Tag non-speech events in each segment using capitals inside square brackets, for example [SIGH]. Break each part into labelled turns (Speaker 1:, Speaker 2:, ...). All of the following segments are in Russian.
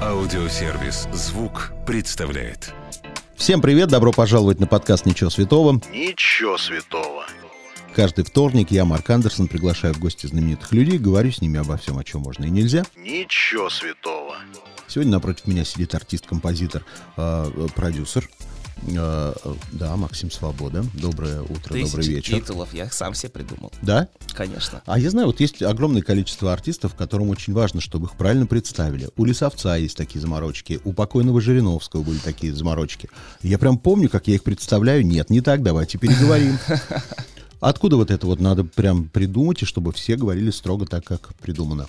Speaker 1: Аудиосервис «Звук» представляет.
Speaker 2: Всем привет, добро пожаловать на подкаст «Ничего святого».
Speaker 3: Ничего святого.
Speaker 2: Каждый вторник я, Марк Андерсон, приглашаю в гости знаменитых людей, говорю с ними обо всем, о чем можно и нельзя.
Speaker 3: Ничего святого.
Speaker 2: Сегодня напротив меня сидит артист-композитор, э, э, продюсер, Э, э, да, Максим Свобода. Доброе утро, добрый
Speaker 4: Тысячи
Speaker 2: вечер.
Speaker 4: титулов я сам себе придумал.
Speaker 2: Да?
Speaker 4: Конечно.
Speaker 2: А я знаю, вот есть огромное количество артистов, которым очень важно, чтобы их правильно представили. У Лисовца есть такие заморочки, у покойного Жириновского были такие заморочки. Я прям помню, как я их представляю. Нет, не так, давайте переговорим. Откуда вот это вот надо прям придумать, и чтобы все говорили строго так, как придумано?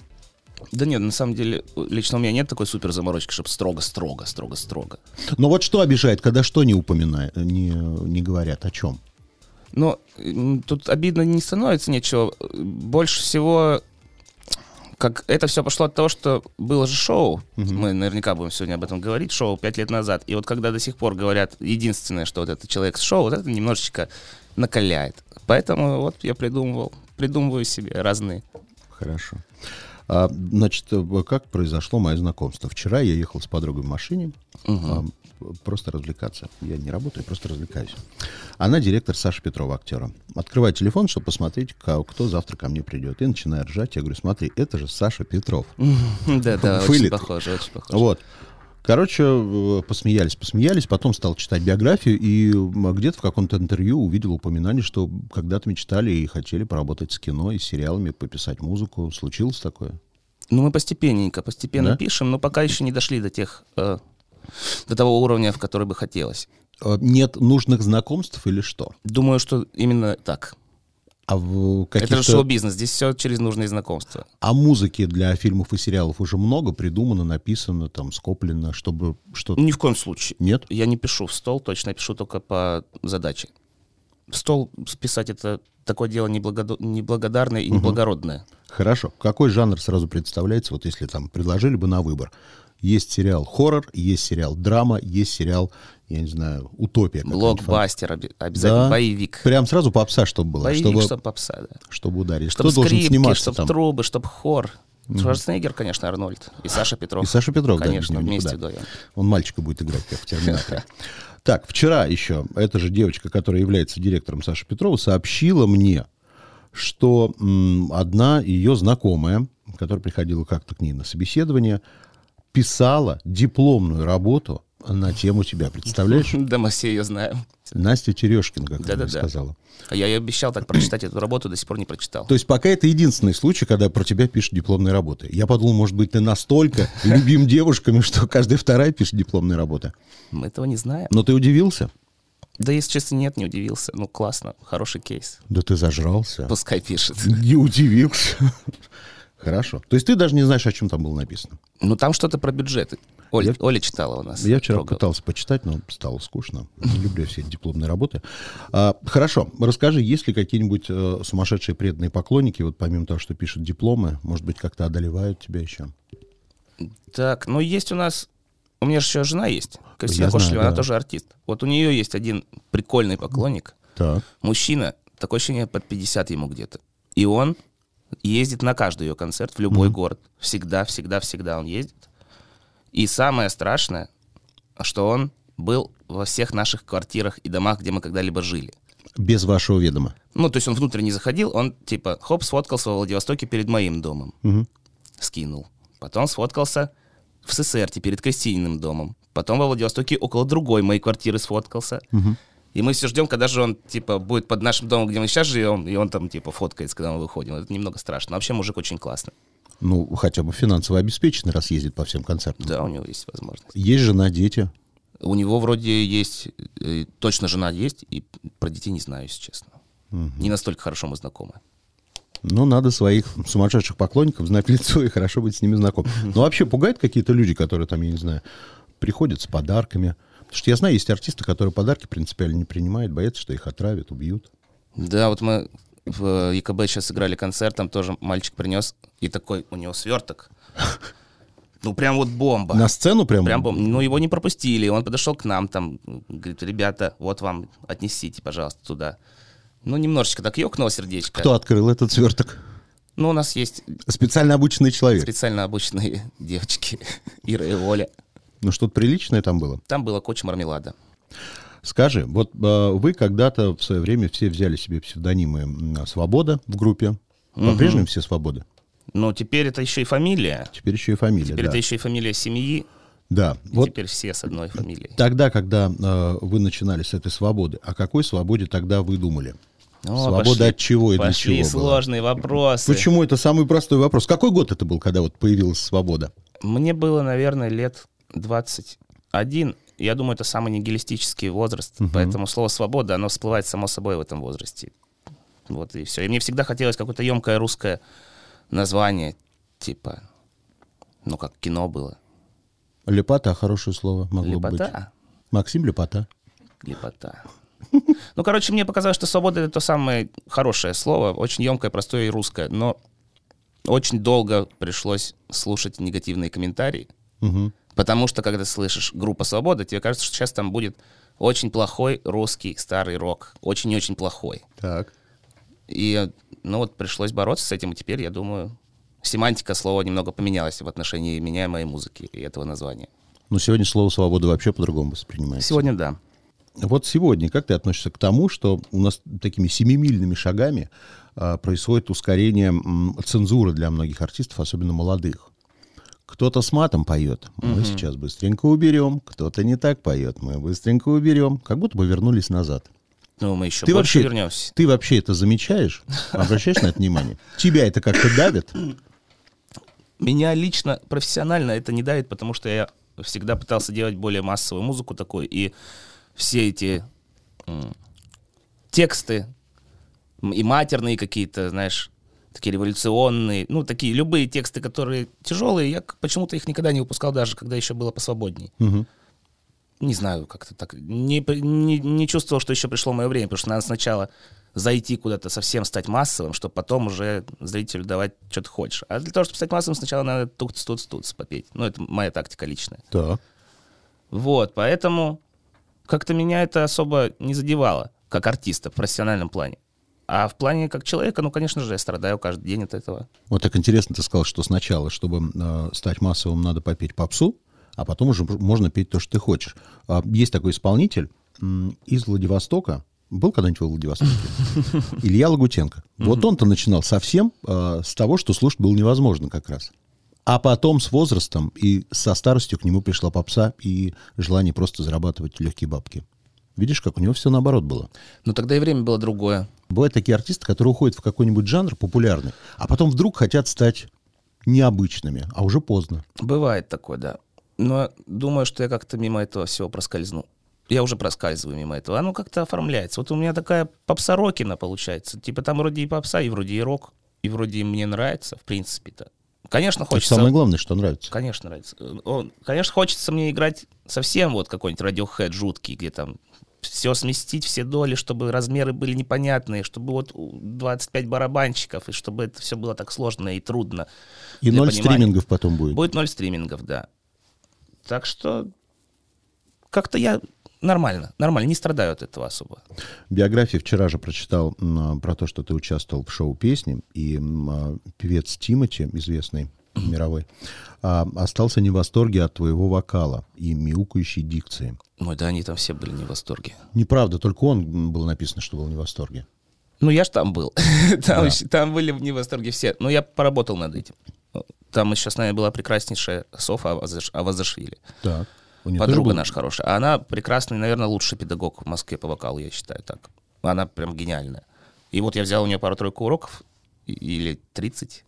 Speaker 4: Да нет, на самом деле, у- лично у меня нет такой супер заморочки, чтобы строго-строго, строго-строго.
Speaker 2: Но вот что обижает, когда что не упоминают, не, не говорят, о чем?
Speaker 4: Но м, тут обидно не становится ничего. Больше всего, как это все пошло от того, что было же шоу. Мы наверняка будем сегодня об этом говорить. Шоу пять лет назад. И вот когда до сих пор говорят, единственное, что вот этот человек с шоу, вот это немножечко накаляет. Поэтому вот я придумывал, придумываю себе разные. [LAUGHS]
Speaker 2: Хорошо. А, значит, э, как произошло мое знакомство? Вчера я ехал с подругой в машине а, просто развлекаться. Я не работаю, просто развлекаюсь. Она директор Саши Петрова, актера. Открываю телефон, чтобы посмотреть, ка- кто завтра ко мне придет. И начинаю ржать. Я говорю, смотри, это же Саша Петров.
Speaker 4: Да-да, очень
Speaker 2: Вылет.
Speaker 4: похоже, очень похоже.
Speaker 2: Вот. Короче, э, посмеялись, посмеялись, потом стал читать биографию, и м, где-то в каком-то интервью увидел упоминание, что когда-то мечтали и хотели поработать с кино и с сериалами, пописать музыку. Случилось такое?
Speaker 4: Ну, мы постепенненько, постепенно
Speaker 2: Да?
Speaker 4: пишем, но пока еще не дошли до тех, э, до того уровня, в который бы хотелось.
Speaker 2: Э, нет нужных знакомств или что?
Speaker 4: Думаю, что именно так.
Speaker 2: А в
Speaker 4: Это же
Speaker 2: каких-то...
Speaker 4: шоу-бизнес, здесь все через нужные знакомства.
Speaker 2: А музыки для фильмов и сериалов уже много придумано, написано, там, скоплено, чтобы что-то...
Speaker 4: Ни в коем случае.
Speaker 2: Нет?
Speaker 4: Я не пишу в стол, точно, я пишу только по задаче. В стол списать это такое дело неблагодо- неблагодарное и неблагородное.
Speaker 2: Хорошо. Какой жанр сразу представляется, вот если там предложили бы на выбор? Есть сериал хоррор, есть сериал драма, есть сериал, я не знаю, утопия. какая-нибудь.
Speaker 4: Блокбастер обе- обязательно,
Speaker 2: Да.
Speaker 4: боевик.
Speaker 2: Прям сразу попса, чтобы было,
Speaker 4: Боевик,
Speaker 2: чтобы,
Speaker 4: чтобы,
Speaker 2: чтобы...
Speaker 4: попса, да.
Speaker 2: ударить.
Speaker 4: Чтобы
Speaker 2: Кто должен
Speaker 4: скрипки,
Speaker 2: сниматься
Speaker 4: чтобы
Speaker 2: там?
Speaker 4: трубы, чтобы хор. Шварценеггер, конечно, Арнольд. И Саша Петров.
Speaker 2: И Саша Петров, да, без
Speaker 4: Конечно,
Speaker 2: него
Speaker 4: вместе
Speaker 2: никуда.
Speaker 4: вдвоем.
Speaker 2: Он мальчика будет играть, как в «Терминаторе». [LAUGHS] Так, вчера еще эта же девочка, которая является директором Саши Петрова, сообщила мне, что м, одна ее знакомая, которая приходила как-то к ней на собеседование, писала дипломную работу на тему тебя. Представляешь?
Speaker 4: Да, мы все ее знаем.
Speaker 2: Настя Терешкина, как она мне
Speaker 4: Да-да-да.
Speaker 2: сказала.
Speaker 4: А я и обещал так прочитать эту работу, до сих пор не прочитал.
Speaker 2: То есть пока это единственный случай, когда про тебя пишут дипломные работы. Я подумал, может быть, ты настолько любим девушками, что каждая вторая пишет дипломные работы.
Speaker 4: Мы этого не знаем.
Speaker 2: Но ты удивился?
Speaker 4: Да, если честно, нет, не удивился. Ну, классно, хороший кейс.
Speaker 2: Да ты зажрался.
Speaker 4: Пускай пишет.
Speaker 2: Не удивился. Хорошо. То есть ты даже не знаешь, о чем там было написано.
Speaker 4: Ну, там что-то про бюджеты. Оля,
Speaker 2: Я-
Speaker 4: Оля читала у нас.
Speaker 2: Я вчера
Speaker 4: Рогова.
Speaker 2: пытался почитать, но стало скучно. Не люблю все эти дипломные работы. А, хорошо. Расскажи, есть ли какие-нибудь э, сумасшедшие преданные поклонники, вот помимо того, что пишут дипломы, может быть, как-то одолевают тебя еще?
Speaker 4: Так, ну, есть у нас... У меня же еще жена есть,
Speaker 2: Я
Speaker 4: Кристина
Speaker 2: знаю,
Speaker 4: Кошлева,
Speaker 2: да.
Speaker 4: она тоже артист. Вот у нее есть один прикольный поклонник,
Speaker 2: Так.
Speaker 4: мужчина, такое ощущение, под 50 ему где-то. И он ездит на каждый ее концерт, в любой город. Всегда, всегда, всегда он ездит. И самое страшное, что он был во всех наших квартирах и домах, где мы когда-либо жили.
Speaker 2: Без вашего ведома.
Speaker 4: Ну, то есть он внутрь не заходил, он типа, хоп, сфоткался во Владивостоке перед моим домом. Скинул. Потом сфоткался в Сесерте перед Кристининым домом. Потом во Владивостоке около другой моей квартиры сфоткался. И мы все ждем, когда же он, типа, будет под нашим домом, где мы сейчас живем, и он там, типа, фоткается, когда мы выходим. Это немного страшно. Вообще мужик очень классный.
Speaker 2: Ну, хотя бы финансово обеспеченный, раз ездит по всем концертам.
Speaker 4: Да, у него есть возможность.
Speaker 2: Есть жена, дети.
Speaker 4: У него вроде есть, э, точно жена есть, и про детей не знаю, если честно. Не настолько хорошо мы знакомы.
Speaker 2: Ну, надо своих сумасшедших поклонников знать в лицо и хорошо быть с ними знаком. Но вообще пугают какие-то люди, которые там, я не знаю, приходят с подарками. Потому что я знаю, есть артисты, которые подарки принципиально не принимают, боятся, что их отравят, убьют.
Speaker 4: Да, вот мы в ЕКБ сейчас играли концерт, там тоже мальчик принес, и такой у него сверток. Ну, прям вот бомба.
Speaker 2: На сцену прям?
Speaker 4: Прям бомба. Ну, его не пропустили, он подошел к нам, там, говорит, ребята, вот вам, отнесите, пожалуйста, туда. Ну, немножечко так ёкнуло сердечко.
Speaker 2: Кто открыл этот сверток?
Speaker 4: Ну, у нас есть
Speaker 2: Специально обученный человек.
Speaker 4: специально обычные [LAUGHS] девочки, Ира и Оля.
Speaker 2: Ну, что-то приличное там было.
Speaker 4: Там было куча мармелада.
Speaker 2: Скажи, вот э, вы когда-то в свое время все взяли себе псевдонимы м, «Свобода» в группе. По-прежнему все «Свободы».
Speaker 4: Но теперь это еще и фамилия.
Speaker 2: Теперь еще и фамилия.
Speaker 4: Теперь
Speaker 2: да.
Speaker 4: это еще и фамилия семьи.
Speaker 2: Да.
Speaker 4: И
Speaker 2: Вот
Speaker 4: теперь все с одной фамилией.
Speaker 2: тогда, когда э, вы начинали с этой «Свободы», о какой «Свободе» тогда вы думали?
Speaker 4: О,
Speaker 2: «Свобода»
Speaker 4: пошли-
Speaker 2: от чего и для
Speaker 4: Пошли
Speaker 2: чего была?
Speaker 4: сложные вопросы.
Speaker 2: Почему это самый простой вопрос? Какой год это был, когда вот появилась «Свобода»?
Speaker 4: Мне было, наверное, лет 21. Я думаю, это самый нигилистический возраст, поэтому слово «свобода», оно всплывает само собой в этом возрасте. Вот и все. И мне всегда хотелось какое-то емкое русское название, типа, ну, как кино было.
Speaker 2: Лепота, хорошее слово могло быть.
Speaker 4: Лепота.
Speaker 2: Максим Лепота.
Speaker 4: Лепота. Ну, короче, мне показалось, что свобода — это то самое хорошее слово, очень емкое, простое и русское, но очень долго пришлось слушать негативные комментарии,
Speaker 2: Мгм.
Speaker 4: Потому что, когда слышишь группа «Свобода», тебе кажется, что сейчас там будет очень плохой русский старый рок. Очень-очень плохой.
Speaker 2: Так.
Speaker 4: И, ну вот, пришлось бороться с этим, и теперь, я думаю, семантика слова немного поменялась в отношении меня и моей музыки и этого названия.
Speaker 2: Но сегодня слово «свобода» вообще по-другому воспринимается.
Speaker 4: Сегодня да.
Speaker 2: Вот сегодня как ты относишься к тому, что у нас такими семимильными шагами а, происходит ускорение м, цензуры для многих артистов, особенно молодых? Кто-то с матом поет, мы сейчас быстренько уберем. Кто-то не так поет, мы быстренько уберем. Как будто бы вернулись назад.
Speaker 4: Ну, мы еще
Speaker 2: Ты
Speaker 4: больше
Speaker 2: вообще-
Speaker 4: вернемся.
Speaker 2: Ты вообще это замечаешь? Обращаешь на это внимание? Тебя это как-то давит?
Speaker 4: Меня лично, профессионально это не давит, потому что я всегда пытался делать более массовую музыку такой, и все эти м, тексты м, и матерные какие-то, знаешь, такие революционные, ну, такие любые тексты, которые тяжелые, я к- почему-то их никогда не выпускал, даже когда еще было посвободней.
Speaker 2: Мгм.
Speaker 4: Не знаю, как-то так. Не, при- не, не чувствовал, что еще пришло мое время, потому что надо сначала зайти куда-то, совсем стать массовым, чтобы потом уже зрителю давать, что ты хочешь. А для того, чтобы стать массовым, сначала надо туц-туц-туц попеть. Ну, это моя тактика личная.
Speaker 2: Так.
Speaker 4: Вот, поэтому как-то меня это особо не задевало, как артиста в профессиональном плане. А в плане как человека, ну, конечно же, я страдаю каждый день от этого.
Speaker 2: Вот так интересно ты сказал, что сначала, чтобы э, стать массовым, надо попеть попсу, а потом уже пр- можно петь то, что ты хочешь. А, есть такой исполнитель м, из Владивостока. Был когда-нибудь во Владивостоке? Илья Лагутенко. Вот он-то начинал совсем э, с того, что слушать было невозможно как раз. А потом с возрастом и со старостью к нему пришла попса и желание просто зарабатывать легкие бабки. Видишь, как у него все наоборот было.
Speaker 4: Но Ну, тогда и время было другое.
Speaker 2: Бывают такие артисты, которые уходят в какой-нибудь жанр популярный, а потом вдруг хотят стать необычными, а уже поздно.
Speaker 4: Бывает такое, да. Но думаю, что я как-то мимо этого всего проскользну. Я уже проскальзываю мимо этого. Оно как-то оформляется. Вот у меня такая попса Рокина получается. Типа там вроде и попса, и вроде и рок. И вроде и мне нравится, в принципе-то. Конечно,
Speaker 2: Это
Speaker 4: хочется...
Speaker 2: самое главное, что нравится.
Speaker 4: Конечно, нравится. Э, он- конечно, хочется мне играть совсем вот какой-нибудь радиохэд жуткий, где там все сместить, все доли, чтобы размеры были непонятные, чтобы вот у- 25 барабанщиков, и чтобы это все было так сложно и трудно.
Speaker 2: И
Speaker 4: для
Speaker 2: ноль
Speaker 4: понимания.
Speaker 2: стримингов потом будет.
Speaker 4: Будет ноль стримингов, да. Так что как-то я нормально, нормально, не страдаю от этого особо.
Speaker 2: Биографии вчера же прочитал м, а, про то, что ты участвовал в шоу песни, и м, а, певец Тимати, известный мировой, а, остался не в восторге от твоего вокала и мяукающей дикции.
Speaker 4: Ой, да, они там все были не в восторге.
Speaker 2: Неправда, только он м, было написано, что был не в восторге.
Speaker 4: Ну, я ж там был. [LAUGHS] Там, еще- там были не в восторге все. Но я поработал над этим. Там еще с нами была прекраснейшая Софа а Авазаш- Авазашвили.
Speaker 2: Так. У неё тоже
Speaker 4: Подруга
Speaker 2: был-
Speaker 4: наша хорошая. А Она прекрасный, наверное, лучший педагог в Москве по вокалу, я считаю так. Она прям гениальная. И вот я взял у нее пару-тройку уроков, и- или 30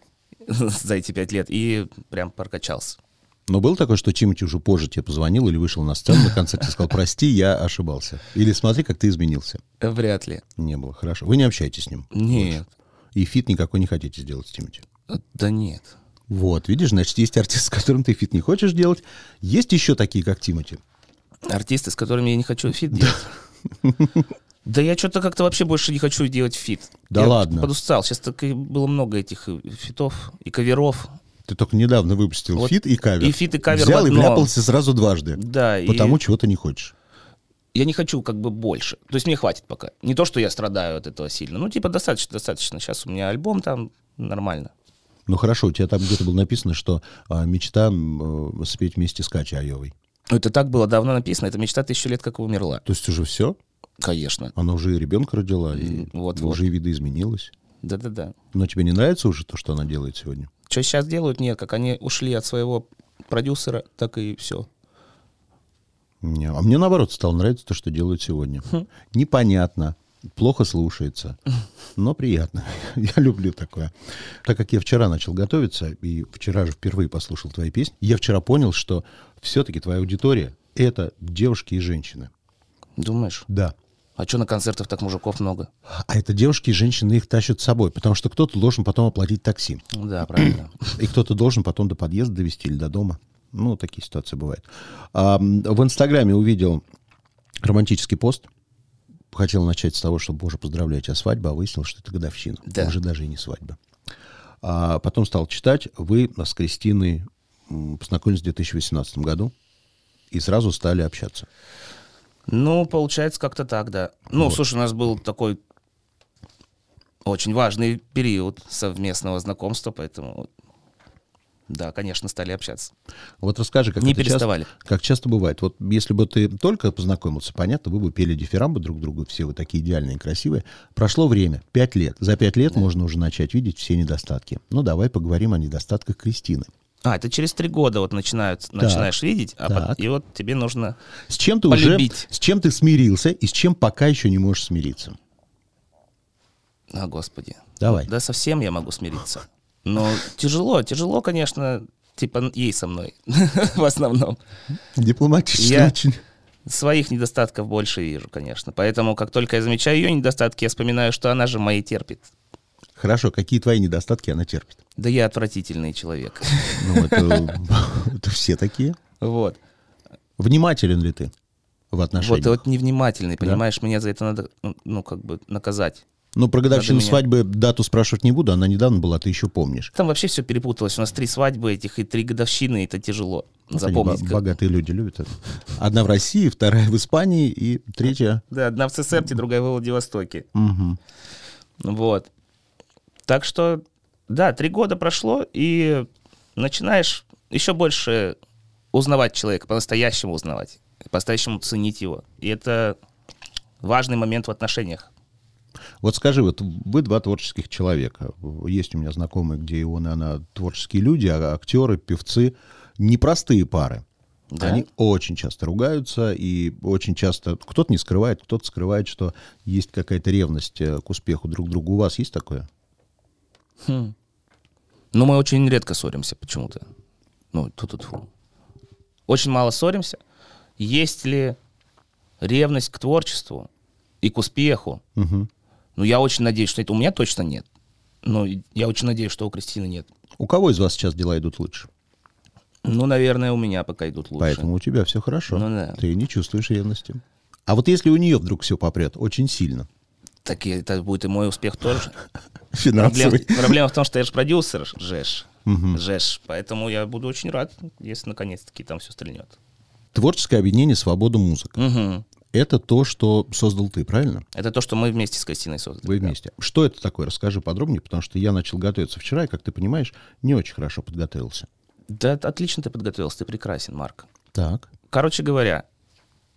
Speaker 4: [LAUGHS] за эти пять лет, и прям прокачался.
Speaker 2: Но было такое, что Тимати уже позже тебе позвонил или вышел на сцену
Speaker 4: [LAUGHS]
Speaker 2: на концерте и сказал, прости, я ошибался. Или смотри, как ты изменился.
Speaker 4: Вряд ли.
Speaker 2: Не было, хорошо. Вы не общаетесь с ним.
Speaker 4: Нет.
Speaker 2: И фит никакой не хотите сделать с Тимати.
Speaker 4: Да нет.
Speaker 2: Вот, видишь, значит, есть артист, с которым ты фит не хочешь делать. Есть еще такие, как Тимати.
Speaker 4: Артисты, с которыми я не хочу фит делать. [LAUGHS] Да я что-то как-то вообще больше не хочу делать фит.
Speaker 2: Да
Speaker 4: Я
Speaker 2: ладно?
Speaker 4: Подустал. Сейчас так и было много этих и фитов и каверов.
Speaker 2: Ты только недавно выпустил
Speaker 4: Вот
Speaker 2: фит и кавер.
Speaker 4: и фит, и кавер в
Speaker 2: Взял и
Speaker 4: одно.
Speaker 2: вляпался сразу дважды.
Speaker 4: Да, и-
Speaker 2: Э, Потому чего ты не хочешь.
Speaker 4: Я не хочу как бы больше. То есть мне хватит пока. Не то, что я страдаю от этого сильно. Ну, типа, достаточно, достаточно. Сейчас у меня альбом там, нормально.
Speaker 2: Ну хорошо, у тебя там где-то было написано, что а, мечта м, э, спеть вместе с Катей Айовой.
Speaker 4: Ну, Это так было давно написано, это мечта тысячу лет как умерла.
Speaker 2: То есть уже все?
Speaker 4: Конечно.
Speaker 2: Она уже и ребенка родила, и
Speaker 4: М, вот,
Speaker 2: уже и видоизменилась.
Speaker 4: Да-да-да.
Speaker 2: Но тебе не нравится уже то, что она делает сегодня?
Speaker 4: Что сейчас делают? Нет, как они ушли от своего продюсера, так и все.
Speaker 2: Не, А мне наоборот стало нравиться то, что делают сегодня. Непонятно, плохо слушается, но приятно. [LAUGHS] Я люблю такое. Так как я вчера начал готовиться, и вчера же впервые послушал твои песни, я вчера понял, что все-таки твоя аудитория — это девушки и женщины.
Speaker 4: Думаешь?
Speaker 2: Да.
Speaker 4: А что на концертах так мужиков много?
Speaker 2: А это девушки и женщины их тащат с собой, потому что кто-то должен потом оплатить такси.
Speaker 4: Ну Да, правильно.
Speaker 2: И кто-то должен потом до подъезда довести или до дома. Ну, такие ситуации бывают. А, м, в Инстаграме увидел романтический пост. Хотел начать с того, что, боже, поздравляю тебя, свадьба, а выяснил, что это годовщина.
Speaker 4: Да.
Speaker 2: Уже даже и не свадьба. А потом стал читать. Вы с Кристиной м, познакомились в 2018 году и сразу стали общаться.
Speaker 4: Ну, получается, как-то так, да. Ну, слушай, у нас был такой очень важный период совместного знакомства, поэтому да, конечно, стали общаться.
Speaker 2: Вот расскажи, как
Speaker 4: Не
Speaker 2: это часто-
Speaker 4: переставали.
Speaker 2: как часто бывает. Вот если бы ты только познакомился, понятно, вы бы пели дифирамбы друг другу, все вы такие идеальные, красивые. Прошло время, пять лет. За пять лет можно уже начать видеть все недостатки. Ну, давай поговорим о недостатках Кристины.
Speaker 4: А, это через три года вот начинают, начинаешь видеть, а пот-
Speaker 2: так.
Speaker 4: и вот тебе нужно...
Speaker 2: С чем ты
Speaker 4: Полюбить.
Speaker 2: уже, с чем ты смирился и с чем пока еще не можешь смириться?
Speaker 4: А, господи.
Speaker 2: Давай.
Speaker 4: Да совсем я могу смириться. Но тяжело, тяжело, конечно, типа ей со мной [LAUGHS] в основном.
Speaker 2: Дипломатично
Speaker 4: Я-
Speaker 2: очень.
Speaker 4: Своих недостатков больше вижу, конечно. Поэтому, как только я замечаю ее недостатки, я вспоминаю, что она же мои терпит.
Speaker 2: Хорошо, какие твои недостатки она терпит?
Speaker 4: Да я
Speaker 2: [LAUGHS]
Speaker 4: отвратительный человек.
Speaker 2: Ну, это, [LAUGHS] это все такие.
Speaker 4: Вот.
Speaker 2: Внимателен ли ты в
Speaker 4: Вот,
Speaker 2: отношениях?
Speaker 4: и вот невнимательный, понимаешь, меня за это надо, ну, ну, как бы, наказать.
Speaker 2: Ну, про годовщину
Speaker 4: Надо меня-
Speaker 2: свадьбы дату спрашивать не буду, она недавно была, ты еще помнишь.
Speaker 4: Там вообще все перепуталось. У нас три свадьбы этих и три годовщины, и это тяжело
Speaker 2: Вот они,
Speaker 4: запомнить.
Speaker 2: Ну, бо-
Speaker 4: как-
Speaker 2: богатые люди любят это. Одна в России, вторая в Испании и третья...
Speaker 4: Да, одна в Цесепте, другая в Владивостоке.
Speaker 2: Мгм.
Speaker 4: Вот. Так что, да, три года прошло, и начинаешь еще больше узнавать человека, по-настоящему узнавать, по-настоящему ценить его. И это важный момент в отношениях.
Speaker 2: Вот скажи, вот вы два творческих человека. Есть у меня знакомые, где и он, и она творческие люди, а актеры, певцы. Непростые пары.
Speaker 4: Да.
Speaker 2: Они очень часто ругаются, и очень часто кто-то не скрывает, кто-то скрывает, что есть какая-то ревность э, к успеху друг друга. У вас есть такое?
Speaker 4: Но мы очень редко ссоримся почему-то. Ну, тут тут Очень мало ссоримся. Есть ли ревность к творчеству и к успеху?
Speaker 2: Мгм.
Speaker 4: Ну, я очень надеюсь, что это у меня точно нет. Но я очень надеюсь, что у Кристины нет.
Speaker 2: У кого из вас сейчас дела идут лучше?
Speaker 4: Ну, наверное, у меня пока идут лучше.
Speaker 2: Поэтому у тебя все хорошо.
Speaker 4: Ну да.
Speaker 2: Ты не чувствуешь ревности. А вот если у нее вдруг все попрет очень сильно, [LAUGHS]
Speaker 4: Так и это будет и мой успех тоже.
Speaker 2: А
Speaker 4: Проблем-
Speaker 2: финансовый,
Speaker 4: проблема в том, что я же продюсер, Жеш. Жеш. Поэтому я буду очень рад, если наконец-таки там все стрельнет.
Speaker 2: творческое объединение «Свобода музыка»
Speaker 4: Мгм.
Speaker 2: это то, что создал ты, правильно?
Speaker 4: Это то, что мы вместе с Кристиной создали.
Speaker 2: Вы вместе. Что это такое? Расскажи подробнее, потому что я начал готовиться вчера, и, как ты понимаешь, не очень хорошо подготовился.
Speaker 4: Да, т- отлично ты подготовился, ты прекрасен, Марк.
Speaker 2: Так.
Speaker 4: Короче говоря,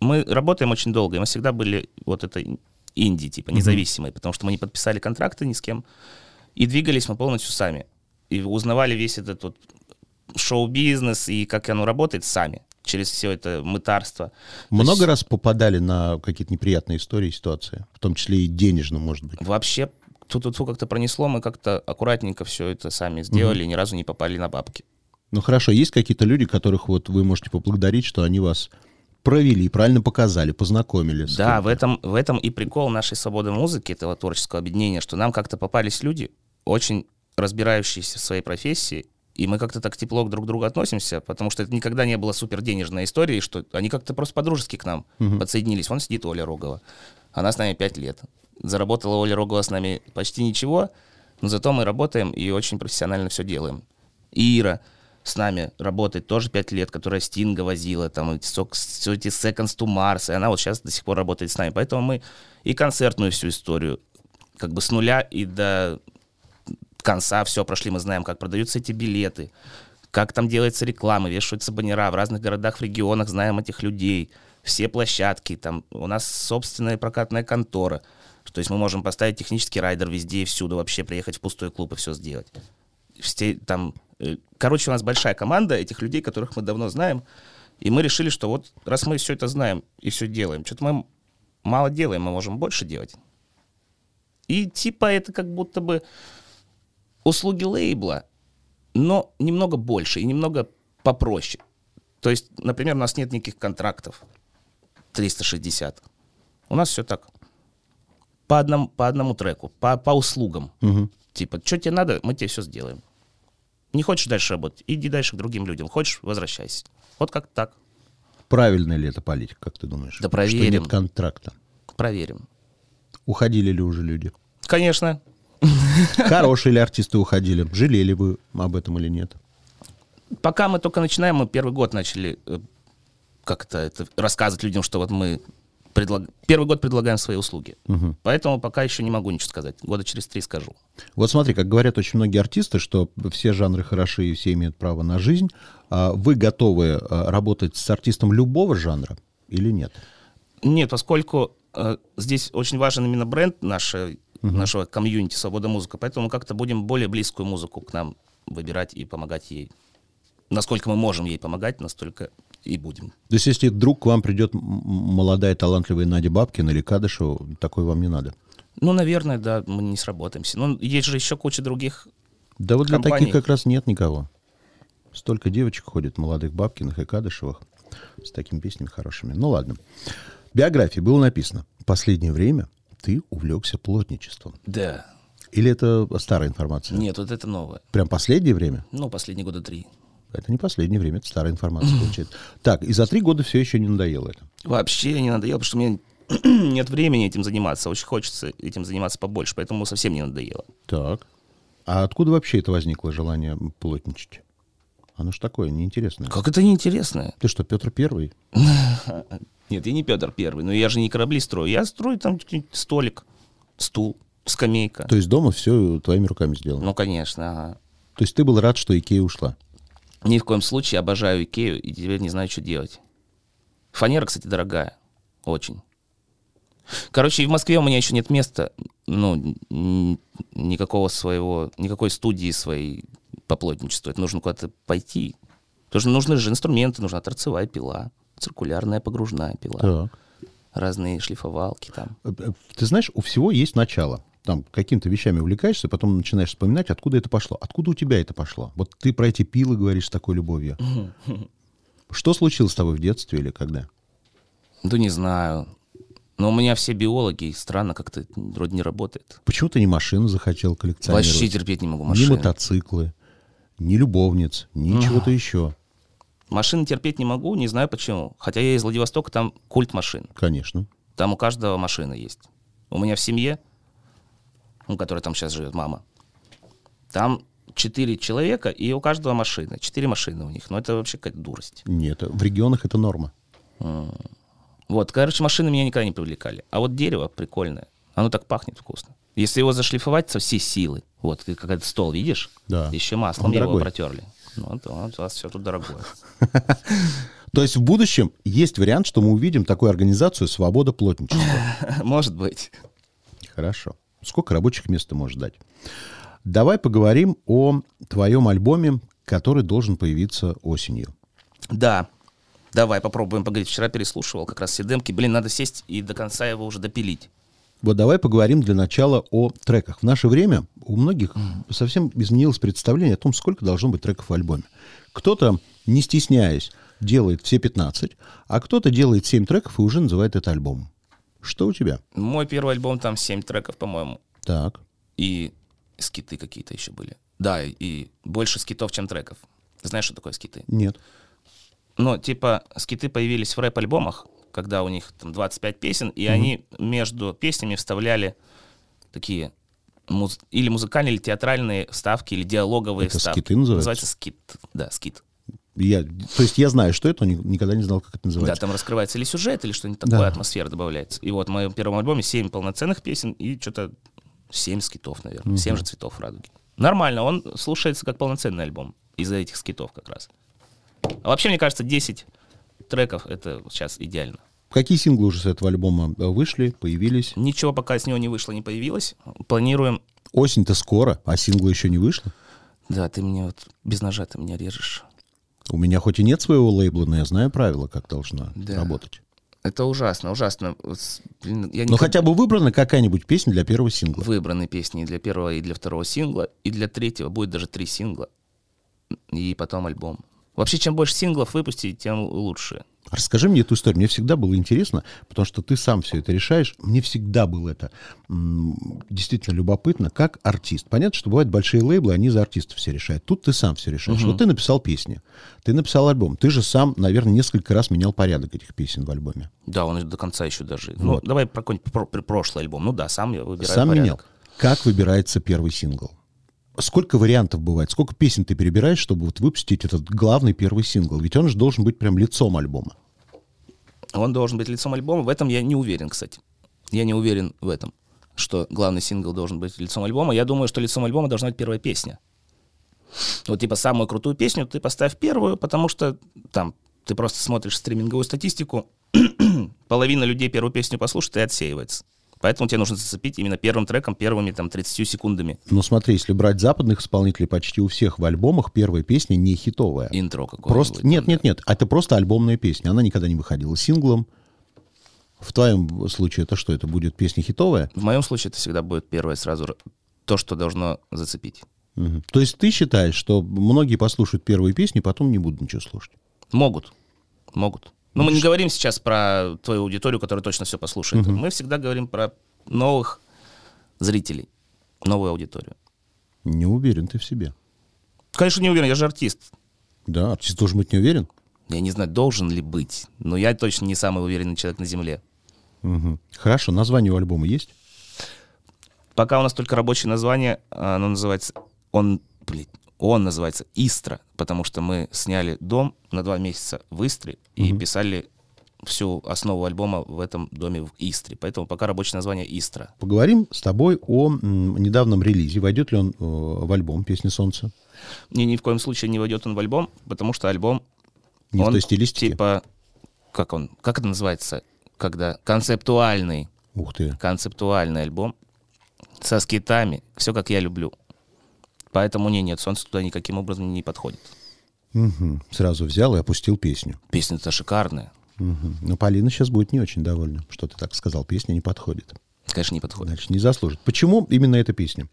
Speaker 4: мы работаем очень долго, и мы всегда были вот это Индии, типа, независимые, потому что мы не подписали контракты ни с кем, и двигались мы полностью сами. И узнавали весь этот вот шоу-бизнес и как оно работает сами, через все это мытарство. То
Speaker 2: Много
Speaker 4: есть
Speaker 2: раз попадали на какие-то неприятные истории и ситуации, в том числе и денежно, может быть.
Speaker 4: Вообще, тут тут как-то пронесло, мы как-то аккуратненько все это сами сделали, и ни разу не попали на бабки.
Speaker 2: Ну хорошо, есть какие-то люди, которых вот вы можете поблагодарить, что они вас провели, правильно показали, познакомили. с
Speaker 4: Да,
Speaker 2: кем-то?
Speaker 4: в этом, в этом и прикол нашей свободы музыки, этого творческого объединения, что нам как-то попались люди, очень разбирающиеся в своей профессии, и мы как-то так тепло друг к другу относимся, потому что это никогда не было суперденежной истории, что они как-то просто по-дружески к нам подсоединились. Вон сидит Оля Рогова. Она с нами пять лет. Заработала Оля Рогова с нами почти ничего, но зато мы работаем и очень профессионально все делаем. И Ира с нами работает тоже пять лет, которая Стинга возила, там, все эти Seconds to Mars, и она вот сейчас до сих пор работает с нами. Поэтому мы и концертную всю историю как бы с нуля и до конца все прошли, мы знаем, как продаются эти билеты, как там делается реклама, вешаются баннера в разных городах, в регионах, знаем этих людей, все площадки, там у нас собственная прокатная контора. То есть мы можем поставить технический райдер везде и всюду, вообще приехать в пустой клуб и все сделать. Все там... э, Короче, у нас большая команда этих людей, которых мы давно знаем, и мы решили, что вот раз мы все это знаем и все делаем, что-то мы мало делаем, мы можем больше делать. И типа это как будто бы услуги лейбла, но немного больше и немного попроще. То есть, например, у нас нет никаких контрактов 360. У нас все так. По одному, по одному треку, по, по услугам.
Speaker 2: Мгм.
Speaker 4: Типа, что тебе надо, мы тебе все сделаем. Не хочешь дальше работать, иди дальше к другим людям. Хочешь, возвращайся. Вот как так.
Speaker 2: Правильно ли это политика, как ты думаешь?
Speaker 4: Да проверим.
Speaker 2: Что нет контракта.
Speaker 4: Проверим.
Speaker 2: Уходили ли уже люди?
Speaker 4: Конечно.
Speaker 2: Хорошие ли артисты уходили? Жалели вы об этом или нет?
Speaker 4: Пока мы только начинаем, мы первый год начали э, как-то это рассказывать людям, что вот мы предлаг- первый год предлагаем свои услуги.
Speaker 2: Мгм.
Speaker 4: Поэтому пока еще не могу ничего сказать. Года через три скажу.
Speaker 2: Вот смотри, как говорят очень многие артисты, что все жанры хороши и все имеют право на жизнь. А Вы готовы а, работать с артистом любого жанра или нет?
Speaker 4: Нет, поскольку э, здесь очень важен именно бренд нашей- нашего комьюнити «Свобода музыка», поэтому мы как-то будем более близкую музыку к нам выбирать и помогать ей. Насколько мы можем ей помогать, настолько и будем.
Speaker 2: То есть, если вдруг к вам придет м- м- молодая талантливая Надя Бабкина или Кадышева, такой вам не надо.
Speaker 4: Ну, наверное, да, мы не сработаемся. Ну, есть же еще куча других.
Speaker 2: Да вот для
Speaker 4: Компании.
Speaker 2: таких как раз нет никого. Столько девочек ходит, молодых Бабкиных и Кадышевых, с такими песнями хорошими. Ну ладно. В биографии было написано, в последнее время ты увлекся плотничеством.
Speaker 4: Да.
Speaker 2: Или это старая информация?
Speaker 4: Нет, вот это новое.
Speaker 2: Прям последнее время?
Speaker 4: Ну, последние года три.
Speaker 2: Это не последнее время, это старая информация получается. Так, и за три года все еще не надоело это.
Speaker 4: Вообще не надоело, потому что мне [CLEARS THROAT] нет времени этим заниматься. Очень хочется этим заниматься побольше, поэтому совсем не надоело.
Speaker 2: Так. А откуда вообще это возникло желание плотничать? Оно ж такое, неинтересное.
Speaker 4: Как это неинтересно.
Speaker 2: Ты что, Петр Первый?
Speaker 4: Нет, я не Петр Первый, но я же не корабли строю. Я строю там какой-нибудь столик, стул, скамейка.
Speaker 2: То есть дома все твоими руками сделано.
Speaker 4: Ну, конечно, ага.
Speaker 2: То есть ты был рад, что Икея ушла?
Speaker 4: Ни в коем случае обожаю Икею и теперь не знаю, что делать. Фанера, кстати, дорогая. Очень. Короче, и в Москве у меня еще нет места, ну, н- н- никакого своего, никакой студии своей по плотничеству. Это нужно куда-то пойти. Потому что нужны же инструменты, нужна торцевая пила, циркулярная погружная пила,
Speaker 2: Так.
Speaker 4: разные шлифовалки там.
Speaker 2: Э, э, Ты знаешь, у всего есть начало. Там какими-то вещами увлекаешься, потом начинаешь вспоминать, откуда это пошло. Откуда у тебя это пошло? Вот ты про эти пилы говоришь с такой любовью. Что случилось с тобой в детстве или когда?
Speaker 4: Да не знаю. Но у меня все биологи, и странно как-то это вроде не работает.
Speaker 2: Почему ты не машину захотел коллекционировать?
Speaker 4: Вообще терпеть не могу
Speaker 2: Ни
Speaker 4: машины.
Speaker 2: мотоциклы, ни любовниц, ни чего-то еще.
Speaker 4: Машины терпеть не могу, не знаю почему. Хотя я из Владивостока, там культ машин.
Speaker 2: Конечно.
Speaker 4: Там у каждого машина есть. У меня в семье, ну, которая там сейчас живет, мама, там четыре человека, и у каждого машина. Четыре машины у них. Ну, это вообще какая-то дурость.
Speaker 2: Нет, в регионах это норма.
Speaker 4: Вот, короче, машины меня никогда не привлекали. А вот дерево прикольное. Оно так пахнет вкусно. Если его зашлифовать со всей силы, вот, ты как этот стол видишь,
Speaker 2: Да.
Speaker 4: еще маслом
Speaker 2: Он
Speaker 4: его
Speaker 2: дорогой.
Speaker 4: протерли. Ну, вот, вот у вас все тут дорогое. [LAUGHS]
Speaker 2: То есть в будущем есть вариант, что мы увидим такую организацию «Свобода плотничества».
Speaker 4: Может быть.
Speaker 2: Хорошо. Сколько рабочих мест ты можешь дать? Давай поговорим о твоем альбоме, который должен появиться осенью.
Speaker 4: Да. Давай попробуем поговорить. Вчера переслушивал как раз все демки. Блин, надо сесть и до конца его уже допилить.
Speaker 2: Вот давай поговорим для начала о треках. В наше время у многих совсем изменилось представление о том, сколько должно быть треков в альбоме. Кто-то, не стесняясь, делает все 15, а кто-то делает 7 треков и уже называет это альбомом. Что у тебя?
Speaker 4: Мой первый альбом, там 7 треков, по-моему.
Speaker 2: Так.
Speaker 4: И скиты какие-то еще были. Да, и- и больше скитов, чем треков. Знаешь, что такое скиты?
Speaker 2: Нет.
Speaker 4: Ну, типа, скиты появились в рэп-альбомах, когда у них там 25 песен, и они между песнями вставляли такие муз- или музыкальные, или театральные вставки, или диалоговые
Speaker 2: Это
Speaker 4: вставки.
Speaker 2: скиты называются?
Speaker 4: Называется скит. Да, скит.
Speaker 2: Я, то есть я знаю, что это, но ни- никогда не знал, как это
Speaker 4: Да,
Speaker 2: называется.
Speaker 4: там раскрывается или сюжет, или что-нибудь такое,
Speaker 2: Да.
Speaker 4: атмосфера добавляется. И вот в моем первом альбоме 7 полноценных песен и что-то 7 скитов, наверное. 7 же цветов радуги. Нормально, он слушается как полноценный альбом из-за этих скитов как раз. А вообще, мне кажется, 10 треков — это сейчас идеально.
Speaker 2: Какие синглы уже с этого альбома э, вышли, появились?
Speaker 4: Ничего пока с него не вышло, не появилось. Планируем...
Speaker 2: Осень-то скоро, а синглы еще не вышло.
Speaker 4: Да, ты мне вот без ножа ты меня режешь.
Speaker 2: У меня хоть и нет своего лейбла, но я знаю правила, как должна
Speaker 4: Да.
Speaker 2: работать.
Speaker 4: Это ужасно, ужасно. Вот с- блин, я
Speaker 2: Но
Speaker 4: никогда-
Speaker 2: хотя бы выбрана какая-нибудь песня для первого сингла.
Speaker 4: выбраны песни и для первого, и для второго сингла, и для третьего. Будет даже три сингла. И потом альбом. Вообще, чем больше синглов выпустить, тем лучше.
Speaker 2: Расскажи мне эту историю. Мне всегда было интересно, потому что ты сам все это решаешь. Мне всегда было это м, действительно любопытно, как артист. Понятно, что бывают большие лейблы, они за артистов все решают. Тут ты сам все решаешь. Вот ты написал песни, ты написал альбом. Ты же сам, наверное, несколько раз менял порядок этих песен в альбоме.
Speaker 4: Да, он до конца еще даже. Ну,
Speaker 2: Вот.
Speaker 4: давай про какой-нибудь про- про прошлый альбом. Ну да, сам я выбираю
Speaker 2: сам
Speaker 4: порядок.
Speaker 2: менял. Как выбирается первый сингл? Сколько вариантов бывает? Сколько песен ты перебираешь, чтобы вот выпустить этот главный первый сингл? Ведь он же должен быть прям лицом альбома.
Speaker 4: Он должен быть лицом альбома. В этом я не уверен, кстати. Я не уверен в этом, что главный сингл должен быть лицом альбома. Я думаю, что лицом альбома должна быть первая песня. Вот типа самую крутую песню ты поставь первую, потому что там ты просто смотришь стриминговую статистику, [CLEARS THROAT] половина людей первую песню послушает и отсеивается. Поэтому тебе нужно зацепить именно первым треком, первыми там 30 секундами
Speaker 2: Но смотри, если брать западных исполнителей, почти у всех в альбомах первая песня не хитовая.
Speaker 4: интро какое
Speaker 2: Просто, нет, нет, нет, это просто альбомная песня. Она никогда не выходила синглом. В твоем случае это что? Это будет песня хитовая?
Speaker 4: В моем случае это всегда будет первое сразу же то, что должно зацепить.
Speaker 2: Мгм. То есть ты считаешь, что многие послушают первую песню, потом не будут ничего слушать?
Speaker 4: Могут. Могут. Но мы не говорим сейчас про твою аудиторию, которая точно все послушает. Мы всегда говорим про новых зрителей, новую аудиторию.
Speaker 2: Не уверен ты в себе.
Speaker 4: Конечно, не уверен, я же артист.
Speaker 2: Да, артист должен быть не уверен.
Speaker 4: Я не знаю, должен ли быть, но я точно не самый уверенный человек на Земле.
Speaker 2: Мгм. Хорошо, название у альбома есть?
Speaker 4: Пока у нас только рабочее название, а, оно называется... Он, блин, он называется Истра, потому что мы сняли дом на два месяца в Истре и писали всю основу альбома в этом доме в Истре. Поэтому пока рабочее название Истра.
Speaker 2: Поговорим с тобой о м, недавнем релизе. Войдет ли он э, в альбом «Песня солнца»?
Speaker 4: ни, ни в коем случае не войдет он в альбом, потому что альбом...
Speaker 2: Не в
Speaker 4: он
Speaker 2: той стилистике?
Speaker 4: Типа, как он, как это называется, когда концептуальный,
Speaker 2: Ух ты.
Speaker 4: концептуальный альбом со скитами, все как я люблю. Поэтому не, нет, солнце туда никаким образом не подходит.
Speaker 2: Мгм. Сразу взял и опустил песню.
Speaker 4: Песня-то шикарная,
Speaker 2: Мгм. Но Полина сейчас будет не очень довольна, что ты так сказал. Песня не подходит.
Speaker 4: конечно, не подходит.
Speaker 2: Значит, не заслужит. Почему именно эта песня?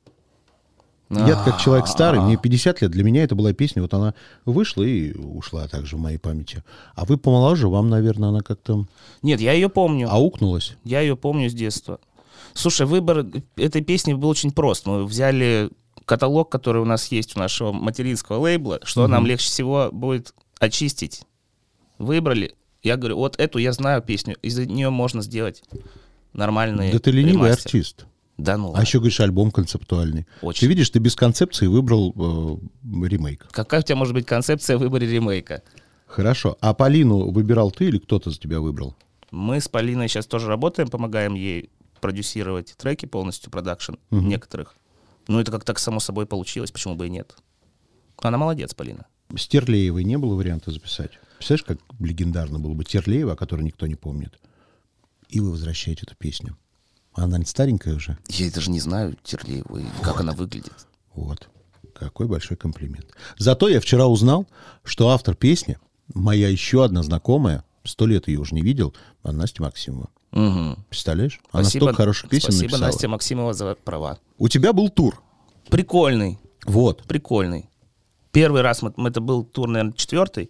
Speaker 2: я
Speaker 4: А,
Speaker 2: как человек старый, мне 50 лет, для меня это была песня, вот она вышла и ушла также в моей памяти. А вы помоложе, вам, наверное, она как-то
Speaker 4: Нет, я ее помню.
Speaker 2: аукнулась.
Speaker 4: Я ее помню с детства. Слушай, выбор этой песни был очень прост. Мы взяли каталог, который у нас есть у нашего материнского лейбла, что нам легче всего будет очистить. Выбрали. Я говорю, вот эту я знаю песню, из нее можно сделать нормальные
Speaker 2: Да ты ленивый
Speaker 4: ремастер.
Speaker 2: артист.
Speaker 4: Да ну.
Speaker 2: А еще, говоришь, альбом концептуальный.
Speaker 4: Очень.
Speaker 2: Ты видишь, ты без концепции выбрал э, ремейк.
Speaker 4: Какая у тебя может быть концепция в выборе ремейка?
Speaker 2: Хорошо. А Полину выбирал ты или кто-то за тебя выбрал?
Speaker 4: Мы с Полиной сейчас тоже работаем, помогаем ей продюсировать треки полностью, продакшн некоторых. Ну, это как так само собой получилось, почему бы и нет. Она молодец, Полина.
Speaker 2: Стерлеевой не было варианта записать. Представляешь, как легендарно было бы Стерлеева, о которой никто не помнит. И вы возвращаете эту песню. Она не старенькая уже.
Speaker 4: Я даже не знаю Терлееву, и как она выглядит.
Speaker 2: Вот. Какой большой комплимент. Зато я вчера узнал, что автор песни, моя еще одна знакомая, сто лет ее уже не видел, а Настя Максимова.
Speaker 4: Мгм.
Speaker 2: Представляешь? Она
Speaker 4: Спасибо-
Speaker 2: столько хороших песен
Speaker 4: Спасибо,
Speaker 2: написала.
Speaker 4: Настя Максимова, за права.
Speaker 2: У тебя был тур.
Speaker 4: Прикольный,
Speaker 2: Вот.
Speaker 4: прикольный. Первый раз, мы, мы- это был тур, наверное, четвертый,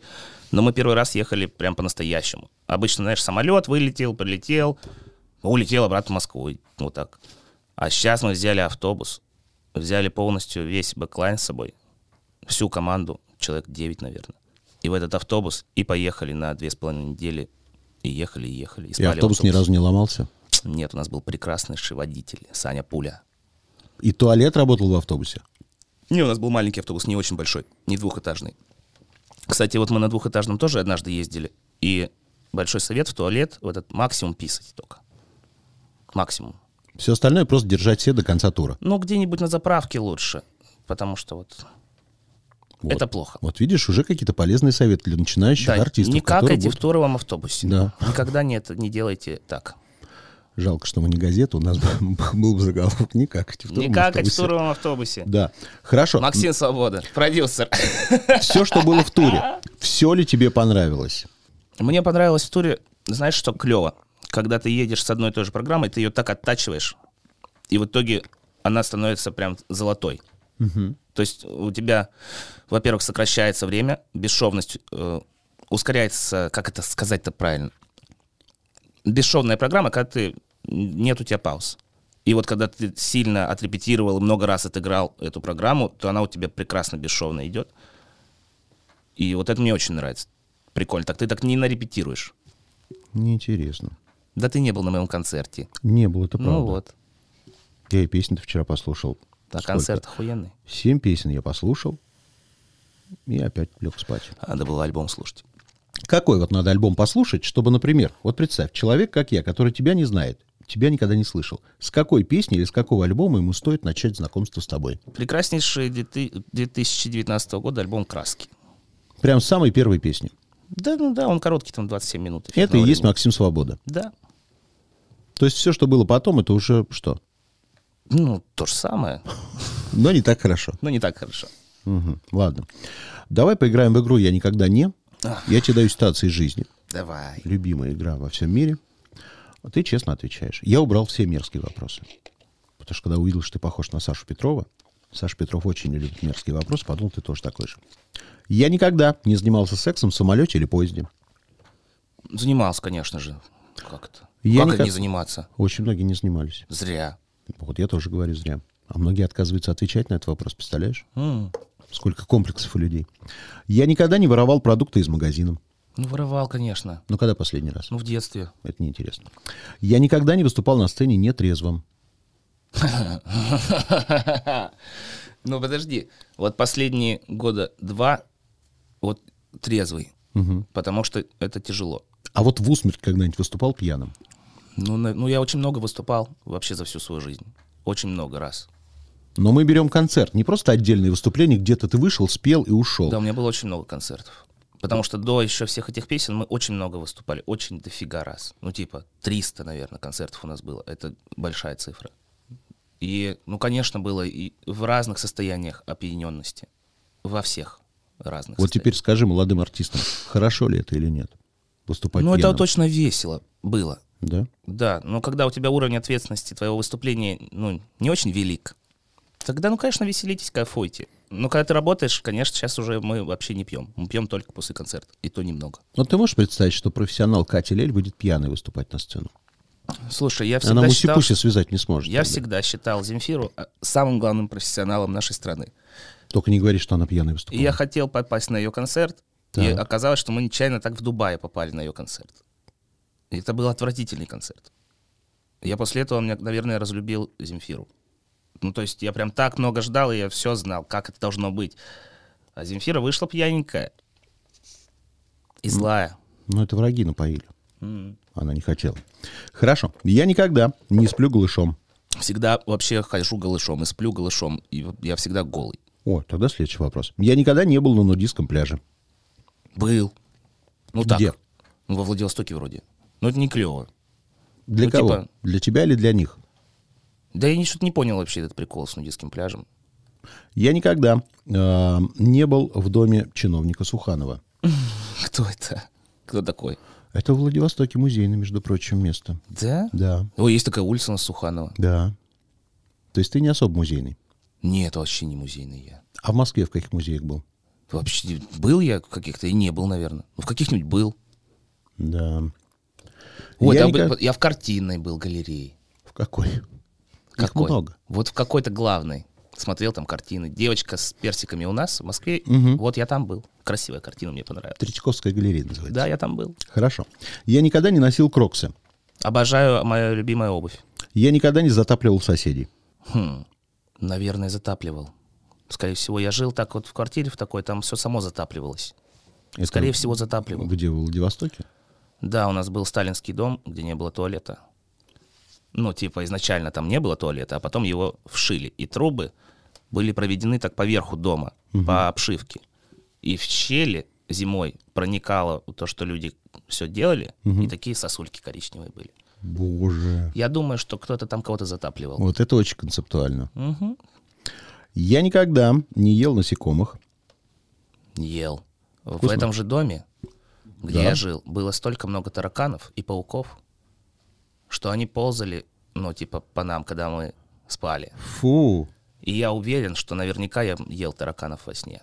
Speaker 4: но мы первый раз ехали прям по-настоящему. Обычно, знаешь, самолет вылетел, прилетел, улетел обратно в Москву, и вот так. А сейчас мы взяли автобус, взяли полностью весь бэклайн с собой, всю команду, человек 9, наверное, и в этот автобус, и поехали на две с половиной недели, и ехали, и ехали.
Speaker 2: И автобус ни разу не ломался.
Speaker 4: Нет, у нас был прекраснейший водитель, Саня Пуля.
Speaker 2: И туалет работал в автобусе.
Speaker 4: Не, у нас был маленький автобус, не очень большой, не двухэтажный. Кстати, вот мы на двухэтажном тоже однажды ездили. И большой совет в туалет в этот максимум писать только. Максимум.
Speaker 2: Все остальное просто держать все до конца тура.
Speaker 4: Ну, где-нибудь на заправке лучше. потому что вот,
Speaker 2: Вот.
Speaker 4: это плохо.
Speaker 2: Вот видишь, уже какие-то полезные советы для начинающих
Speaker 4: Да,
Speaker 2: артистов.
Speaker 4: не
Speaker 2: которые
Speaker 4: какайте в
Speaker 2: будут-
Speaker 4: туровом автобусе.
Speaker 2: Да.
Speaker 4: Никогда не, это, не делайте так.
Speaker 2: Жалко, что мы не газета, у нас был- [LAUGHS] был бы заголовок «Не какать в туровом
Speaker 4: не какать в
Speaker 2: автобусе».
Speaker 4: туровом автобусе.
Speaker 2: Да, хорошо.
Speaker 4: Максим Свобода, продюсер.
Speaker 2: Все, что было в туре, все ли тебе понравилось?
Speaker 4: Мне понравилось в туре, знаешь, что клево? Когда ты едешь с одной и той же программой, ты ее так оттачиваешь, и в итоге она становится прям золотой. То есть у тебя, во-первых, сокращается время, бесшовность э, ускоряется, как это сказать-то правильно? Бесшовная программа, когда ты, нет у тебя пауз. И вот когда ты сильно отрепетировал, много раз отыграл эту программу, то она у тебя прекрасно бесшовно идет. И вот это мне очень нравится. Прикольно. Так ты так не нарепетируешь.
Speaker 2: Неинтересно.
Speaker 4: Да ты не был на моем концерте.
Speaker 2: Не было, это правда.
Speaker 4: Ну вот.
Speaker 2: Я и песни-то вчера послушал.
Speaker 4: А
Speaker 2: Сколько?
Speaker 4: концерт охуенный.
Speaker 2: Семь песен я послушал и опять лег спать.
Speaker 4: Надо было альбом слушать.
Speaker 2: Какой вот надо альбом послушать, чтобы, например, вот представь, человек, как я, который тебя не знает, тебя никогда не слышал, с какой песни или с какого альбома ему стоит начать знакомство с тобой?
Speaker 4: Прекраснейший деты- 2019 года альбом «Краски».
Speaker 2: Прям с самой первой песни.
Speaker 4: Да, ну да, он короткий, там 27 минут. эфирного
Speaker 2: Это и есть
Speaker 4: времени.
Speaker 2: Максим Свобода.
Speaker 4: Да.
Speaker 2: То есть все, что было потом, это уже что?
Speaker 4: Ну, то же самое,
Speaker 2: Но не так хорошо.
Speaker 4: но не так хорошо.
Speaker 2: Мгм, ладно. Давай поиграем в игру «Я никогда не».
Speaker 4: Ах.
Speaker 2: Я тебе даю ситуации из жизни.
Speaker 4: Давай.
Speaker 2: Любимая игра во всем мире. А Ты честно отвечаешь. Я убрал все мерзкие вопросы. Потому что когда увидел, что ты похож на Сашу Петрова, Саша Петров очень не любит мерзкие вопросы, подумал, ты тоже такой же. Я никогда не занимался сексом в самолете или поезде.
Speaker 4: Занимался, конечно же. Как это?
Speaker 2: Я
Speaker 4: как это
Speaker 2: никак-
Speaker 4: не заниматься?
Speaker 2: Очень многие не занимались.
Speaker 4: Зря.
Speaker 2: Вот я тоже говорю зря. А многие отказываются отвечать на этот вопрос, представляешь?
Speaker 4: М.
Speaker 2: Сколько комплексов у людей. Я никогда не воровал продукты из магазина.
Speaker 4: Ну, воровал, конечно.
Speaker 2: Ну, когда последний раз?
Speaker 4: Ну, в детстве.
Speaker 2: Это неинтересно. Я никогда не выступал на сцене нетрезвым.
Speaker 4: Ну, подожди. Вот последние года два вот трезвый. Потому что это тяжело.
Speaker 2: А вот в усмерть когда-нибудь выступал пьяным.
Speaker 4: Ну, на- ну, я очень много выступал вообще за всю свою жизнь. Очень много раз.
Speaker 2: Но мы берем концерт, не просто отдельные выступления, где-то ты вышел, спел и ушел.
Speaker 4: Да, у меня было очень много концертов. Потому что до еще всех этих песен мы очень много выступали. Очень дофига раз. Ну, типа, 300, наверное, концертов у нас было. Это большая цифра. И, ну, конечно, было и в разных состояниях опьяненности. Во всех разных
Speaker 2: вот
Speaker 4: состояниях.
Speaker 2: теперь скажи молодым артистам, хорошо ли это или нет, выступать
Speaker 4: Ну, это
Speaker 2: пьяным.
Speaker 4: точно весело было.
Speaker 2: Да?
Speaker 4: Да, но когда у тебя уровень ответственности твоего выступления, ну, не очень велик, тогда, ну, конечно, веселитесь, кайфуйте. Но когда ты работаешь, конечно, сейчас уже мы вообще не пьем. Мы пьем только после концерта, и то немного.
Speaker 2: Но ты можешь представить, что профессионал Катя Лель будет пьяный выступать на сцену?
Speaker 4: Слушай, я
Speaker 2: Она
Speaker 4: всегда считал,
Speaker 2: мусипуси связать не сможет.
Speaker 4: я
Speaker 2: тогда.
Speaker 4: всегда считал Земфиру а, самым главным профессионалом нашей страны.
Speaker 2: Только не говори, что она пьяная
Speaker 4: И
Speaker 2: выступала.
Speaker 4: я хотел попасть на ее концерт, и
Speaker 2: Так.
Speaker 4: оказалось, что мы нечаянно так в Дубае попали на ее концерт. И это был отвратительный концерт. Я после этого, меня, наверное, разлюбил Земфиру. Ну, то есть я прям так много ждал, и я все знал, как это должно быть. А Земфира вышла пьяненькая. И злая.
Speaker 2: Но Ну, это враги напоили.
Speaker 4: М.
Speaker 2: Она не хотела. Хорошо. Я никогда не сплю голышом.
Speaker 4: Всегда вообще хожу голышом и сплю голышом. И вот я всегда голый.
Speaker 2: О, тогда следующий вопрос. Я никогда не был на нудистском пляже.
Speaker 4: Был. Ну так.
Speaker 2: Где?
Speaker 4: Ну, во Владивостоке вроде. Ну, это не клево.
Speaker 2: Для
Speaker 4: Ну,
Speaker 2: кого?
Speaker 4: типа-
Speaker 2: Для тебя или для них?
Speaker 4: Да я ни- что-то не понял вообще этот прикол с нудистским пляжем.
Speaker 2: Я никогда э, не был в доме чиновника Суханова.
Speaker 4: Кто это? Кто такой?
Speaker 2: Это в Владивостоке музейное, между прочим, место.
Speaker 4: Да?
Speaker 2: Да.
Speaker 4: О, есть такая улица на Суханова.
Speaker 2: Да. То есть ты не особо музейный.
Speaker 4: Нет, вообще не музейный я.
Speaker 2: А в Москве в каких музеях был?
Speaker 4: Вообще не- был я в каких-то и не был, наверное. Ну, в каких-нибудь был.
Speaker 2: Да.
Speaker 4: Ой,
Speaker 2: я
Speaker 4: да,
Speaker 2: никогда-
Speaker 4: бы- я в картинной был галерее.
Speaker 2: В какой? Их
Speaker 4: Какой?
Speaker 2: много.
Speaker 4: Вот в какой-то главной. Смотрел там картины. Девочка с персиками у нас в Москве. Вот я там был. Красивая картина, мне понравилась.
Speaker 2: Третьяковская галерея называется.
Speaker 4: Да, я там был.
Speaker 2: Хорошо. Я никогда не носил кроксы.
Speaker 4: Обожаю мою любимую обувь.
Speaker 2: Я никогда не затапливал соседей.
Speaker 4: Хм, наверное, затапливал. Скорее всего, я жил так вот в квартире в такой, там все само затапливалось.
Speaker 2: Это
Speaker 4: Скорее всего, затапливал.
Speaker 2: Где, в Владивостоке?
Speaker 4: Да, у нас был сталинский дом, где не было туалета. Ну, типа, изначально там не было туалета, а потом его вшили. И трубы были проведены так по верху дома,
Speaker 2: Мгм.
Speaker 4: по обшивке. И в щели зимой проникало то, что люди все делали,
Speaker 2: Мгм.
Speaker 4: и такие сосульки коричневые были.
Speaker 2: Боже.
Speaker 4: Я думаю, что кто-то там кого-то затапливал.
Speaker 2: Вот это очень концептуально.
Speaker 4: Мгм.
Speaker 2: Я никогда не ел насекомых.
Speaker 4: Ел. В
Speaker 2: Вкусно?
Speaker 4: этом же доме, где
Speaker 2: Да.
Speaker 4: я жил, было столько много тараканов и пауков, что они ползали, ну, типа, по нам, когда мы спали.
Speaker 2: Фу.
Speaker 4: И я уверен, что наверняка я ел тараканов во сне.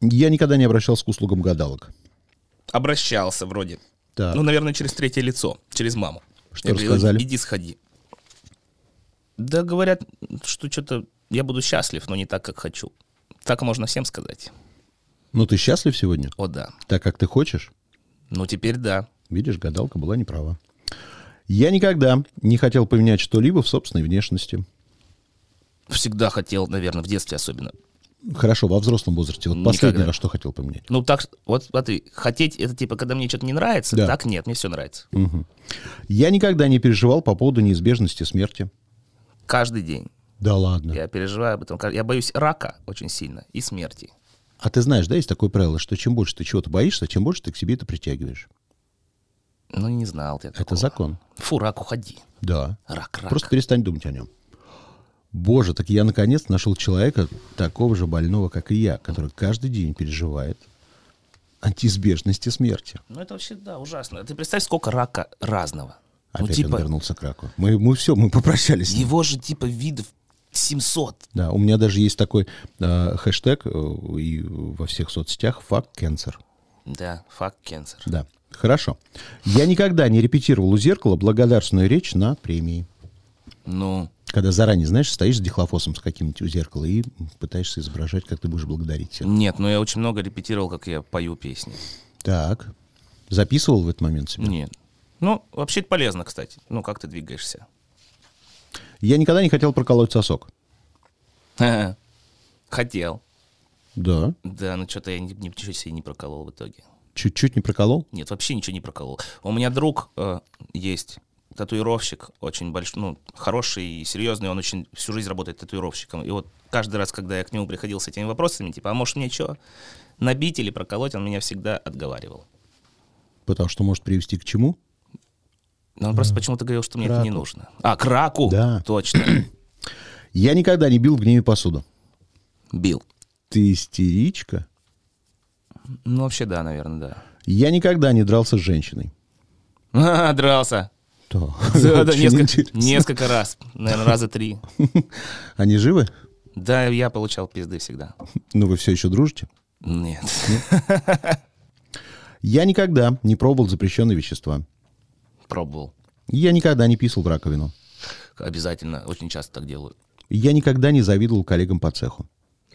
Speaker 2: Я никогда не обращался к услугам гадалок.
Speaker 4: Обращался вроде.
Speaker 2: Так.
Speaker 4: Ну, наверное, через третье лицо, через маму.
Speaker 2: Что
Speaker 4: Я говорил,
Speaker 2: рассказали?
Speaker 4: Иди сходи. Да говорят, что что-то я буду счастлив, но не так, как хочу. Так можно всем сказать.
Speaker 2: Ну, ты счастлив сегодня?
Speaker 4: О, да.
Speaker 2: Так, как ты хочешь?
Speaker 4: Ну, теперь да.
Speaker 2: Видишь, гадалка была неправа. Я никогда не хотел поменять что-либо в собственной внешности.
Speaker 4: Всегда хотел, наверное, в детстве особенно.
Speaker 2: Хорошо, во взрослом возрасте. Вот последний
Speaker 4: Никогда.
Speaker 2: раз что хотел поменять?
Speaker 4: Ну, так, вот смотри, хотеть, это типа, когда мне что-то не нравится,
Speaker 2: Да.
Speaker 4: так нет, мне все нравится.
Speaker 2: Мгм. Я никогда не переживал по поводу неизбежности смерти.
Speaker 4: Каждый день
Speaker 2: Да ладно.
Speaker 4: я переживаю об этом. Я боюсь рака очень сильно и смерти.
Speaker 2: А ты знаешь, да, есть такое правило, что чем больше ты чего-то боишься, тем больше ты к себе это притягиваешь.
Speaker 4: Ну, не знал ты
Speaker 2: Это закон.
Speaker 4: Фу, рак, уходи.
Speaker 2: Да.
Speaker 4: Рак, рак.
Speaker 2: Просто перестань думать о нем. Боже, так я наконец нашел человека такого же больного, как и я, который каждый день переживает о неизбежности смерти.
Speaker 4: Ну, это вообще, да, ужасно. Ты представь, сколько рака разного.
Speaker 2: Опять
Speaker 4: ну,
Speaker 2: он
Speaker 4: типа,
Speaker 2: вернулся к раку. Мы, мы все, мы попрощались. с ним.
Speaker 4: его же, типа, видов 700.
Speaker 2: Да, у меня даже есть такой э, хэштег э, и во всех соцсетях «Fuck cancer».
Speaker 4: Да, факт кенсер.
Speaker 2: Да, хорошо. Я никогда не репетировал у зеркала благодарственную речь на премии.
Speaker 4: Ну,
Speaker 2: Когда заранее, знаешь, стоишь с дихлофосом с каким-нибудь у зеркала и пытаешься изображать, как ты будешь благодарить всех.
Speaker 4: нет, но я очень много репетировал, как я пою песни.
Speaker 2: Так. Записывал в этот момент себя?
Speaker 4: Нет. Ну, вообще это полезно, кстати. Ну, как ты двигаешься. [LAUGHS]
Speaker 2: Я никогда не хотел проколоть сосок.
Speaker 4: Хотел.
Speaker 2: Да.
Speaker 4: Да, но что-то я ни- ни- ничего себе не проколол в итоге.
Speaker 2: Чуть-чуть не проколол?
Speaker 4: Нет, вообще ничего не проколол. У меня друг э, есть, татуировщик, очень большой, ну, хороший и серьезный, он очень всю жизнь работает татуировщиком. И вот каждый раз, когда я к нему приходил с этими вопросами, типа, а может мне что, набить или проколоть, он меня всегда отговаривал.
Speaker 2: Потому что может привести к чему?
Speaker 4: Но он просто почему-то говорил, что мне это не
Speaker 2: раку.
Speaker 4: нужно. А, к раку?
Speaker 2: Да. [COUGHS]
Speaker 4: Точно.
Speaker 2: Я никогда не бил в гневе посуду.
Speaker 4: Бил.
Speaker 2: Ты истеричка?
Speaker 4: Ну, вообще, да,
Speaker 2: [COUGHS]
Speaker 4: наверное, да.
Speaker 2: Я никогда не дрался с женщиной.
Speaker 4: А, дрался.
Speaker 2: [LAUGHS] Да.
Speaker 4: Да, да,
Speaker 2: Очень
Speaker 4: несколько,
Speaker 2: интересно.
Speaker 4: несколько раз. Наверное, раза три.
Speaker 2: Они живы?
Speaker 4: Да, я получал пизды всегда.
Speaker 2: Ну, вы все еще дружите?
Speaker 4: Нет.
Speaker 2: Я никогда не пробовал запрещенные вещества.
Speaker 4: Пробовал.
Speaker 2: Я никогда не писал в раковину.
Speaker 4: Обязательно. Очень часто так делаю.
Speaker 2: Я никогда не завидовал коллегам по цеху.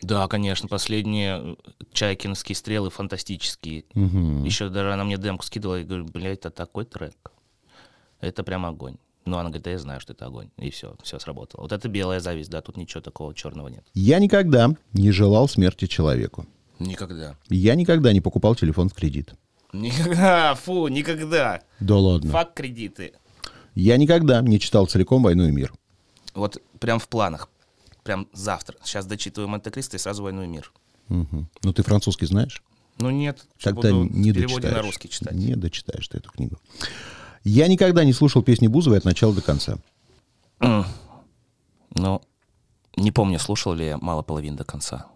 Speaker 4: Да, конечно, последние э, чайкинские стрелы фантастические.
Speaker 2: Мгм.
Speaker 4: Еще даже она мне демку скидывала и говорю, блядь, это такой трек. Это прям огонь. Ну, она говорит, да я знаю, что это огонь. И все, все сработало. Вот это белая зависть, да, тут ничего такого черного нет.
Speaker 2: Я никогда не желал смерти человеку.
Speaker 4: Никогда.
Speaker 2: Я никогда не покупал телефон в кредит.
Speaker 4: Никогда, [LAUGHS] фу, никогда.
Speaker 2: Да ладно.
Speaker 4: Фак кредиты.
Speaker 2: Я никогда не читал целиком «Войну и мир».
Speaker 4: Вот прям в планах. Прям завтра. Сейчас дочитываю Монте-Кристо и сразу «Войну и мир».
Speaker 2: Мгм. Ну, ты французский знаешь?
Speaker 4: Ну нет,
Speaker 2: Тогда
Speaker 4: буду
Speaker 2: не
Speaker 4: в переводе
Speaker 2: дочитаешь.
Speaker 4: на русский читать.
Speaker 2: Не дочитаешь ты эту книгу. Я никогда не слушал песни Бузовой от начала до конца.
Speaker 4: Ну, не помню, слушал ли я «Мало половин до конца».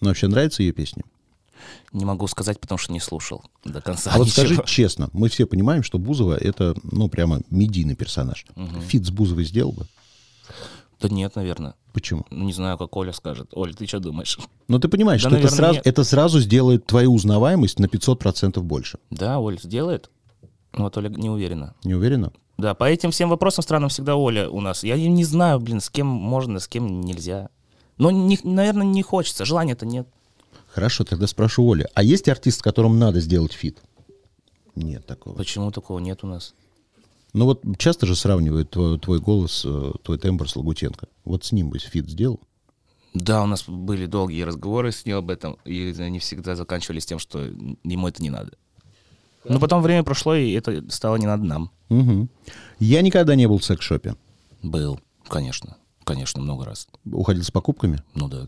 Speaker 2: Но вообще нравятся ее песни?
Speaker 4: Не могу сказать, потому что не слушал до конца.
Speaker 2: А вот
Speaker 4: ничего.
Speaker 2: скажи честно, мы все понимаем, что Бузова это, ну, прямо медийный персонаж. Фит с Бузовой сделал бы?
Speaker 4: [LAUGHS] Да нет, наверное.
Speaker 2: Почему?
Speaker 4: Ну, Не знаю, как Оля скажет. Оля, ты что думаешь? [LAUGHS]
Speaker 2: Ну, ты понимаешь,
Speaker 4: Да,
Speaker 2: что это,
Speaker 4: наверное,
Speaker 2: сразу,
Speaker 4: нет.
Speaker 2: это сразу сделает твою узнаваемость на 500% больше.
Speaker 4: Да, Оля сделает. Ну, Вот Оля не уверена.
Speaker 2: Не уверена?
Speaker 4: Да, по этим всем вопросам странам всегда Оля у нас. Я не знаю, блин, с кем можно, с кем нельзя. Но, не- наверное, не хочется. Желания-то нет.
Speaker 2: Хорошо, тогда спрошу Оля. А есть артист, с которым надо сделать фит? Нет такого.
Speaker 4: Почему такого нет у нас?
Speaker 2: Ну вот часто же сравнивают твой, твой голос, э, твой тембр с Лагутенко. Вот с ним бы фит сделал.
Speaker 4: Да, у нас были долгие разговоры с ним об этом, и они всегда заканчивались тем, что ему это не надо. Но потом время прошло, и это стало не надо нам.
Speaker 2: Мгм. Я никогда не был в секс-шопе.
Speaker 4: Был, конечно. Конечно, много раз.
Speaker 2: Уходил с покупками?
Speaker 4: Ну да.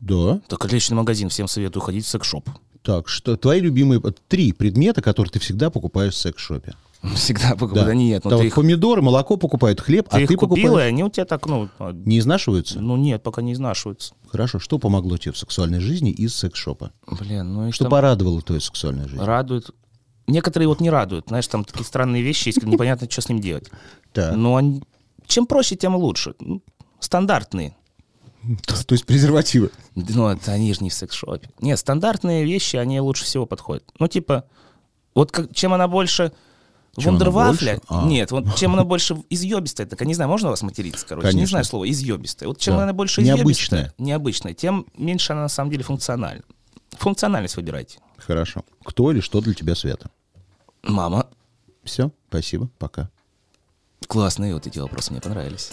Speaker 2: Да.
Speaker 4: Только личный магазин, всем советую ходить в секс-шоп. [LAUGHS]
Speaker 2: Так, что твои любимые э, три предмета, которые ты всегда покупаешь в секс-шопе?
Speaker 4: Всегда покупаю. Да нет, ну
Speaker 2: Там
Speaker 4: ты
Speaker 2: вот
Speaker 4: их,
Speaker 2: помидоры, молоко покупают, хлеб,
Speaker 4: ты
Speaker 2: а
Speaker 4: их
Speaker 2: ты
Speaker 4: купил, и
Speaker 2: покупаешь...
Speaker 4: они у тебя так, ну... а,
Speaker 2: Не изнашиваются?
Speaker 4: Ну нет, пока не изнашиваются.
Speaker 2: Хорошо. Что помогло тебе в сексуальной жизни из секс-шопа?
Speaker 4: Блин, ну и
Speaker 2: Что
Speaker 4: там
Speaker 2: порадовало твою сексуальную жизнь?
Speaker 4: радует. Некоторые вот не радуют, знаешь, там такие странные вещи есть, [LAUGHS] непонятно, что с ним делать.
Speaker 2: Так.
Speaker 4: Но они- чем проще, тем лучше. Ну, Стандартные.
Speaker 2: [LAUGHS] То, то есть презервативы.
Speaker 4: Ну, это они же не в секс-шопе. Нет, стандартные вещи, они лучше всего подходят. Ну, типа, вот как, чем она больше...
Speaker 2: Чем она
Speaker 4: Вундервафля?
Speaker 2: больше? А.
Speaker 4: Нет, вот чем она больше изъебистая, так я не знаю, можно вас материться, короче? Не
Speaker 2: Конечно.
Speaker 4: знаю слово, изъебистая. Вот чем
Speaker 2: Да.
Speaker 4: она больше
Speaker 2: Необычная.
Speaker 4: изъебистая, необычная, тем меньше она на самом деле функциональна. Функциональность выбирайте.
Speaker 2: Хорошо. Кто или что для тебя Света?
Speaker 4: Мама,
Speaker 2: Все, спасибо, пока.
Speaker 4: классные вот эти вопросы мне понравились.